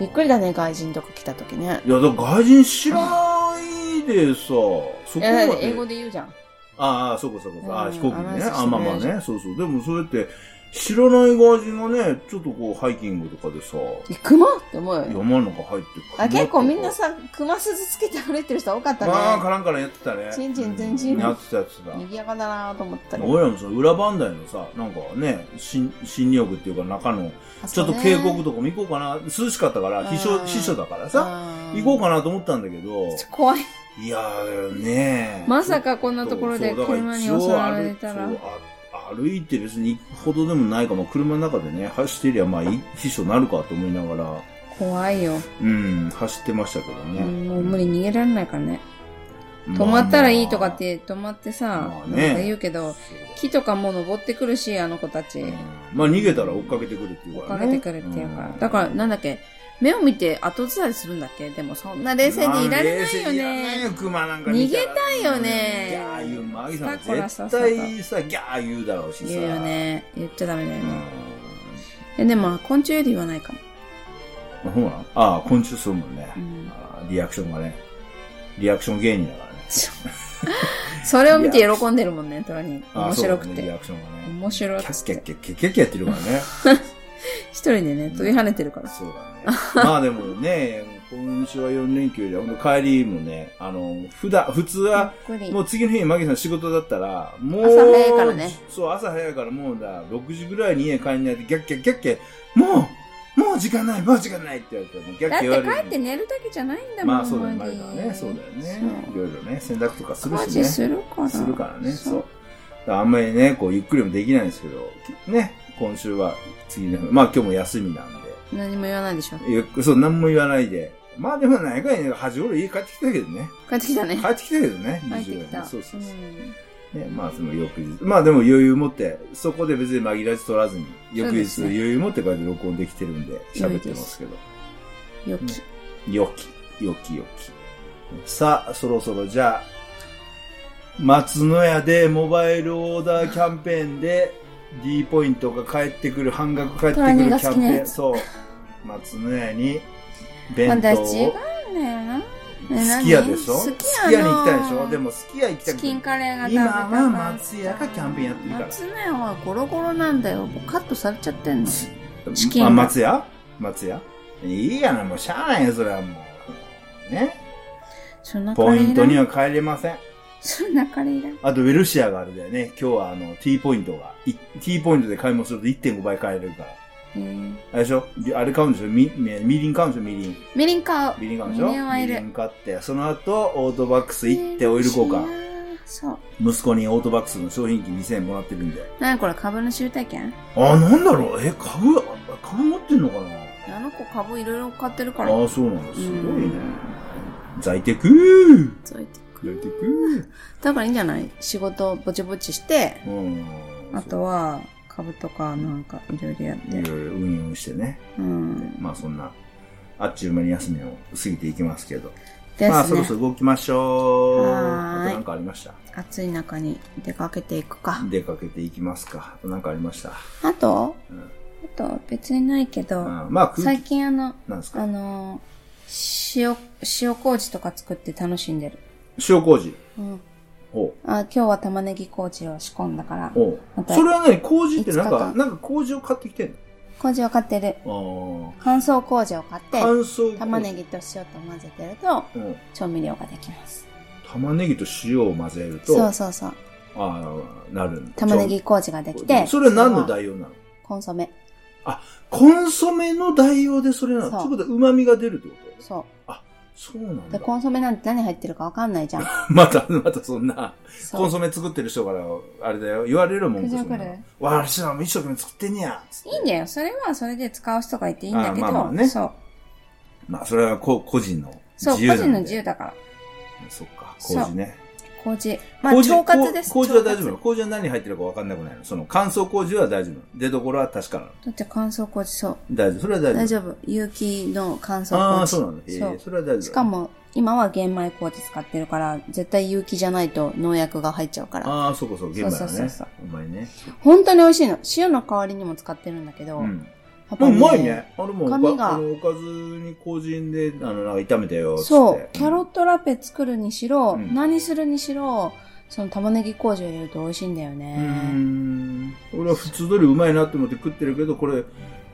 びっくりだね、外人とか来た時ね。
いや、だから外人知らないでさ、そこま
いや、だって
で。
英語で言うじゃん。
ああ、そうかそうかそうか。あ
う
あ、
ん
飛行機
アナウン。
ね
スして
あまあまあ
ないじゃ
ね。そうそう。でもそうやって、知らない外人がね、ちょっとこう、ハイキングとかでさ、
え熊って思うよね。
山の中入ってくる。
あ結構みんな、さ、熊鈴つけて歩いてる人多かったね。
まあ、カランカランやってたね。
チンチンチンチン
うんやってたやってた。
賑やかだなと思ったけど
俺らもその裏磐梯のさ、なんかね、新、新入浴っていうか中の、ちょっと渓谷とかも行こうかな、涼しかったから、
うん
秘書、秘書だからさ、行こうかなと思ったんだけど、
な。怖い。
いやーねー
まさかこんなところで車に襲われたら
そう。そうあ歩いて別に行くほどでもないか、まあ、車の中でね、走ってりゃ、まあ、いい師匠になるかと思いながら、
怖いよ。
うん、走ってましたけどね。
うんもう無理逃げられないからね。
うん
止まったらいいとかっ、て、止まってさ、
まあ
な
ね
んか言うけど、木とかも登ってくるし、あの子たち。
うんまあ、逃げたら追っかけてくるってい
追
う
っ
か
から
ね。
けてくるっていうか
ん。
だから、なんだっけ、目を見て後ずさりするんだっけでもそんな冷静にいられないよ
まあ冷静にいられない
ね。
よ熊なんか見たら
逃げたいよね
ギャー言う。マギさん
さっこらさ
絶
っさと
対さ、ギャー言うだろうしさ。
言うよね。言っちゃダメだよ
うん。
ね。え、でも、昆虫より言わないかも。
あそうなのああ、昆虫するもんね
う。ん
ああリアクションがね。リアクション芸人だからね。
それを見て喜んでるもんね、トラに。
ああ
面白く
そうだねリ
て。
アクションがね。
面白
キ
いっ
ャ
つ
ッ
っ
キャッ
て。
キャッキャッキャッキャッやってるからね。
一人でね、飛び跳ねてるから。
そうだね。まあでもね、今週は4連休で、ほんと帰りもね、あの、普段、普通は、
ゆっくり
もう次の日、マギさん仕事だったら、もう、
朝早いからね。
そう、朝早いからもうだ、6時ぐらいに家帰んないで、ギャッギャッギャッギャッ、もう、もう時間ない、もう時間ないって言われて、もうギャッ
だっ
ギャ
て
ッ言われ
帰って寝るだけじゃないんだもん、
まあそうだよね、
マ
マ
ギ
ギさんはね、そうだよね
そ。う
いろいろね、洗濯とかする
家
し
事
ね。
するから。
するからね、そ
そ
う。だ
う
からあんまりね、こう、ゆっくりもできないんですけど、ね、今週は、次の日、まあ今日も休みなんで、
何も言わないでしょ。
ゆっくそう、何も言わないで。まあでも何回ね、8頃家帰ってきたけどね。
帰ってきたね。
帰ってきたけどね、
帰ってき
24
た。
そうそうそうう、
ん
ね。まあその翌日。まあでも余裕持って、そこで別に紛らわし取らずに、翌
そうで
日
すね
余裕持ってこうやって録音できてるんで、喋ってますけど。
よき。
よき、よきよき。さあ、そろそろじゃあ、松の屋でモバイルオーダーキャンペーンで D ポイントが返ってくる、半額返ってくるキャン
トラ兄が好きな
ペー
や
ン。
つ
そう。松の屋に
まあ、
弁当
違
を。
うんだよな。
すき家でしょ
何
すき家に行きたいでし
好きや
ょ
な
でもすき家行きた
チ
く
キンカレーが食べ
今
たかった
は松屋がキャンペーンやってるから
松屋はゴロゴロなんだよ。もうカットされちゃってんの。チキン
あ、松屋松屋いいやな、もうしゃあないよ、それはもう。ね。
そんなカ
ポ
レ
イ
ー
ン
いら
トに
ん。
は帰れません。
そんなカレーいらん。
あと、ウェルシアがあれだよね。今日は、あの、T ポイントが。い T ポイントで買い物すると1.5倍買えるから。
えー
あれでしょりあれ買うんでしょみ、みみりん買うんでしょみりん。
みりん買う。
みりん買うんでしょ
みりんはいる
みりん買って、その後、オートバックス行ってオイル交換。
換。そう。
息子にオートバックスの商品券2000円もらってるんで。
何これ、株主優待券
あ、なんだろうえ、株、株持ってんのかな
あの子株いろいろ買ってるから。
ああ、そうなんだ。すごいね
う。
在宅ー
そう言って
在宅
だからいいんじゃない仕事ぼちぼちして、
ーうん。
あとは株とかなんかいろいろやっ
いろ
て
い。ろ運用してね。
うん。
まあそんな、あっちゅう間に休みを過ぎていきますけど。
ですね。
まあそろそろ動きましょう。
はーい
あとなんかありました
暑い中に出かけていくか。
出かけていきますか。あとなんかありました。
あと、
うん
あと別にないけど、
うんまあ空
最
気、
近あの、
なんですか
あのー、塩、塩麹とか作って楽しんでる。
塩麹。
うん。
おう
あ、今日は玉ねぎ麹を仕込んだから、
おう
また
それは何麹ってなん
いつか、
か
か
なんか麹を買ってきてん
麹を買ってる。
のあ
乾燥麹を買っ
あ。
て、
乾燥麹
玉ね。ぎと塩と混ぜてると、
うん。
調味料ができます。
玉ねぎと塩を混ぜると、
そう
あ
そうそう。
あ、なるんだ
玉ねぎ麹ができて、
それは何の代用なの
コンソメ。
コンソメの代用でそれなの
そう
そういうことは旨味が出るってこと
そ
そうなん
う。
だ
で、。コンソメなんて何入ってるかわかんないじ ゃん。
また、またそんな、
そう
コンソメ作ってる人から、あれだよ、言われるもん
苦情
そんな
来る
わあ、私はもう一生懸命作ってんねや。つって
いいんだよ。それはそれで使う人がいていいんだけど、
あまあまあね
そう。
まあ、それはこ個人の
そう、
自
個
由
人
な
の
ん
自由
で。
だから。
そっか、
そう
麹ね。
麹。まあ、
麹
腸活です。
麹は
腸
大丈夫
活
なの麹は何入ってるか分かんなくないのその乾燥麹は大丈夫なの出所は確かなの
だって乾燥麹、そう。
大丈夫。それは大丈夫。
大丈夫。有機の乾燥麹。
ああ、そうなんだ。ええ
そう
それは大丈夫。
しか。も、今は玄米麹使ってるから、絶対有機じゃないと農薬が入っちゃうから。
ああ、そうかそう、現場だ
そうそう
ね
そうそう。
うまいね。
本当に美味しいの。塩の代わりにも使ってるんだけど。
うん。
やっぱ
まあ、う
ね
まいね。あれもお
髪
か
が
あのおかずに麹で、あの、なんか炒めたよっつって。
そう。キャロットラペ作るにしろ、
うん
何するにしろ、その玉ねぎ麹を入れると美味しいんだよね。
うーん俺は普通通りうまいなって思って食ってるけどこれ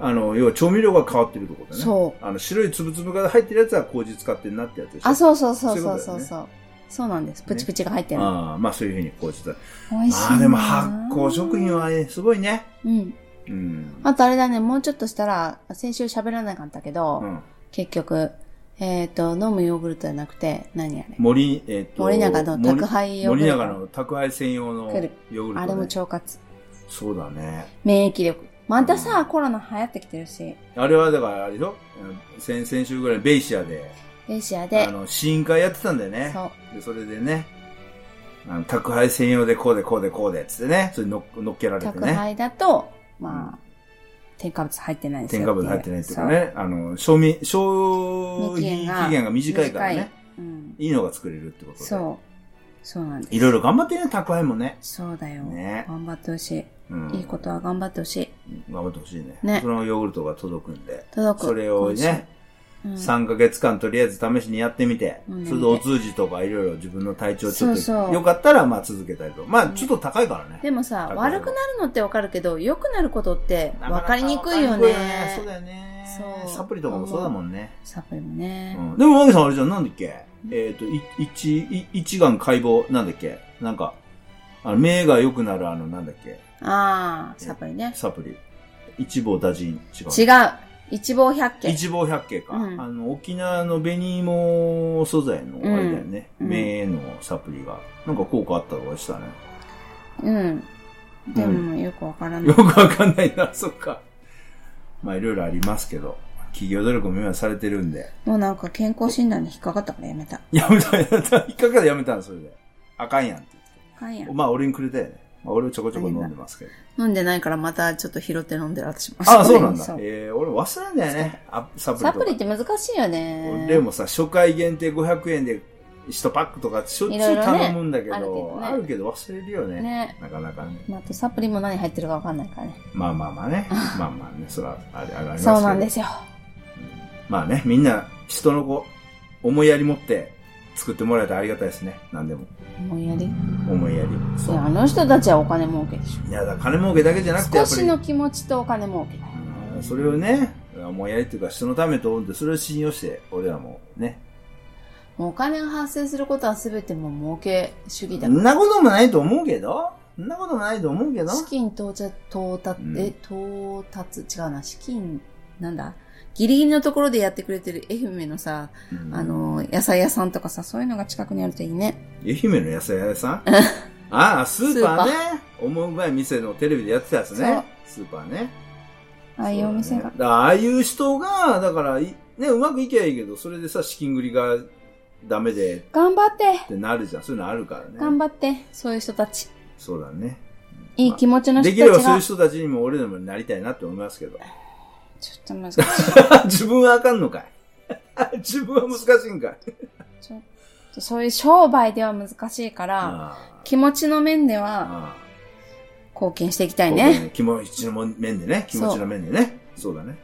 あの要は調味料が変わってるところだね
そう
あの白い粒々が入ってるやつは麹使ってんなってやつでしょ
あ、そうそうそうそ
そういう
う
ことだ
そ
よ
う
ね
そう、そうなんです。プチプチが入ってる。
ああまあそういうふうに麹だ
美味しいな。
ああでも発酵食品はねすごいね
うん。
うん
あとあれだね、もうちょっとしたら、先週喋らなかったけど、
うん、
結局、えっ、と、飲むヨーグルトじゃなくて、何あれ。
森えっと
森永の宅配ヨーグル
森永
ト
の宅配専用のヨーグルト、
く
ね
る、あれも腸活。
そうだね。
免疫力。またさ、コロナ流行ってきてるし、
あれはだからあれでしょうん先々週ぐらいベイシアで、
ロシアで
あ、の、試飲会やってたんだよね。
そう、
で、それでね、あの宅配専用でこうでこうでこうで、つってね、それにののっけられて
宅
ね。
配だと、
うん
まあ、添加物入ってないです
添
よ
加物入ってないっていうかね、あの、賞味、賞
期
味期
限が
限が短いから
短い、
ね
そう。うん。
いいのが作れるってことで。
そう。そうなんです。
いろいろ頑張ってね、宅配もね。
そうだよ。
ね
頑張ってほし
うん
い。いいことは頑張ってほしい。
頑張ってほしいね。
ね
そのヨーグルトが届くんで、
届く。
それをね、
今週、うん
3ヶ月間とりあえず試しにやってみて、
うん
それでお通じとかいろいろ自分の体調ちょっと
そうそう
よかったらまあ続けたりと。まあ
うん
ちょっと高いからね。
でもさ、
あ
悪くなるのってわかるけど、良くなることって
なな
わかりにくいよね。
わかりにくいよそうだよね。
そう
サプリとかもそうだもんね。
サプリもね。
うんでも、マギさんあれじゃん、なんだっけ
うん
えっ、と、い一、い一眼解剖、なんだっけなんか、あの、目が良くなるあの、なんだっけ
ああ、サプリね。
サプリ。一望打尽。違う。
違う。一望百景。
一望百景か。
うん
あの、沖縄の紅芋素材の、あれだよね。
うん
目へのサプリが。なんか効果あったとかしたね。
うん。で
うん
も、よくわからな
よ
い。
くわかんないな、 そっか。まあ、いろいろありますけど。企業努力も今されてるんで。
もうなんか健康診断に引っかかったからやめた。
やめた、やめた。一回からやめたんそれで。あかんやんって言って。
あかんやん。
まあ、俺にくれたよね。まあ、俺はちょこちょこ飲んでますけど。
飲んでないからまたちょっと拾って飲んでる私も。
ああ、そうなんだ
そ。う
えー、俺忘れないんだよね。あサプリ
サ
と
プ
か
リって難しいよね。
俺もさ、初回限定500円で1パックとかしょっちゅ
い
う
ろいろね
頼むんだけど、
あるけどね
あるけど忘れるよね。
ね。
なかなかね。
まああとサプリも何入ってるかわかんないからね。
まあまあまあ ね。まあまあね。そら、あれ、あれありますけど
そうなんですよ。
まあね、みんな、人の子、思いやり持って作ってもらえたらありがたいですね。何でも。
思いやり。い
思いやり。そう。
や、あの人たちはお金儲けでし
いや、だから金儲けだけじゃなく
ょ。
て、や
少
っぱ
し
り
の気持ちとお金儲けだよ。
うんそれをね、思いやりっていうか、人のためと思って、それを信用して、俺らもね。
もうお金が発生することは全てもう儲け主義
そ
だか
んなこともないと思うけど、そんなこともないと思うけど
ら。、資金到着、到達、
うん
え、到達、違うな、資金、なんだギリギリのところでやってくれてる愛媛のさ、
うん
あの、野菜屋さんとかさ、そういうのが近くにあるといいね。
愛媛の野菜屋さんああ、スーパーね。思う前店のテレビでやってたやつね。スーパーね。
ああいうお店
そうだ
が
ね。だからああいう人が、だからい、ね、うまくいけばいいけど、それでさ、資金繰りがダメで
頑張って
ってなるじゃん。そういうのあるからね。
頑張って、そういう人たち。
そうだね。
いい気持ちの人た
できれ
ち
ばそうい
が。
う
ちょ
人たちにも俺らもなりたいなって思いますけ
っ
ど。
と難しい。
自分はあかんのかい 自分は難しいんかい
ちょっとそういう商売では難しいから、
あ
気持ちの面では
あ
貢献していきたい
こう
ね。
ね気持ちの面でね。気持ちの面でね。そうだね。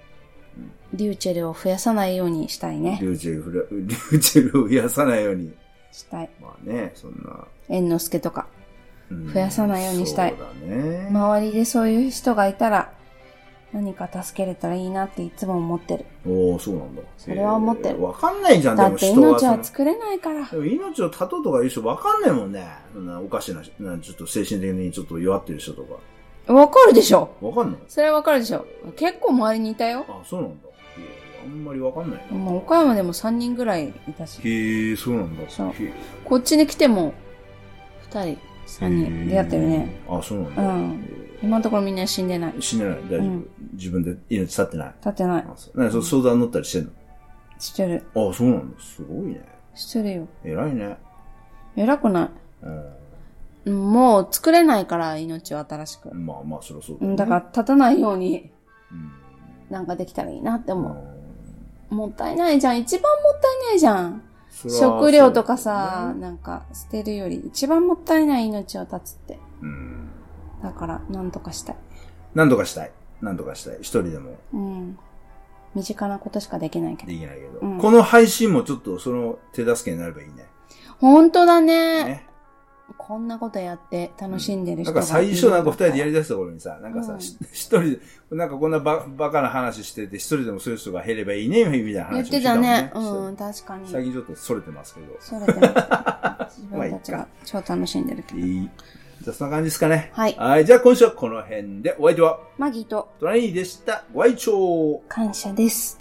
リューチェルを増やさないようにしたいね。
リューチェルふら、リューチェルを増やさないように。
したい。
まあね、そんな。
猿之助とか。
うん
増やさないようにしたい
そうだね。
周りでそういう人がいたら、何か助けれたらいいなっていつも思ってる。
おおそうなんだ。
それは思ってる
えーわかんないじゃん、で
だ
も
って
人は
命
その
は。作れないから。
でも命を絶とうとかいう人わかんないもんね。そんなおかしな、なちょっと精神的にちょっと弱ってる人とか。
わかるでしょ
わかんない
それはわかるでしょ結構周りにいたよ。
あ、そうなんだ。えーあんまりわかんないな。
まあ、岡山でも3人ぐらいいたし。
へえ、そうなんだ。
そう
へえ
こっちに来ても、2人、3人出会ってるね。。
へーあ、そうなんだ。
うん
へ
今のところみんな死んでない
ー。死ねない、大丈夫。
うん
自分で命絶ってない。
立ってない。
あそうなんかそ相談乗ったりしてん
してる。
のあ、そうなんだ。すごいね。
してるよ。
偉いね。
偉くな
う
い。もう作れないから、命は新しく。
ん。まあまあ、そりゃそう
う
ね
んだから、立たないように、
うん
なんかできたらいいなって思
うん
う。もったいないじゃん。一番もったいないじゃん。
そりゃそう
食料とかさ、なんか捨てるより、一番もったいない命を絶つって。
うん。
だから、なんとかしたい。
何とかしたい。何とかしたい。一人でも
うん。身近なことしかできないけど
で。きないけど。
うん
この配信もちょっとその手助けになればいいね。
本当だね。
ね。
こんなことやって楽しんでる
な
人
んか
がい
最
る
初なんか二人
だ
でやり出した頃にさ、なんか
う
さ、
ん
し一人で、なんかこんなババカな話してて、一人でもそういう人が減ればいいね、みたいな
言っ
話をしててた
た
もんね。
ね。うん、確かに。
最近ちょっとそれてますけど。
それでも自
まあい
分
い
たちが
か。
超楽しんでるけど。
いい。じゃあそんな感じですかね。
はい
はい。じゃあ今週はこの辺で、お相手は
マギーと
トラニーでした。ご愛聴
感謝です。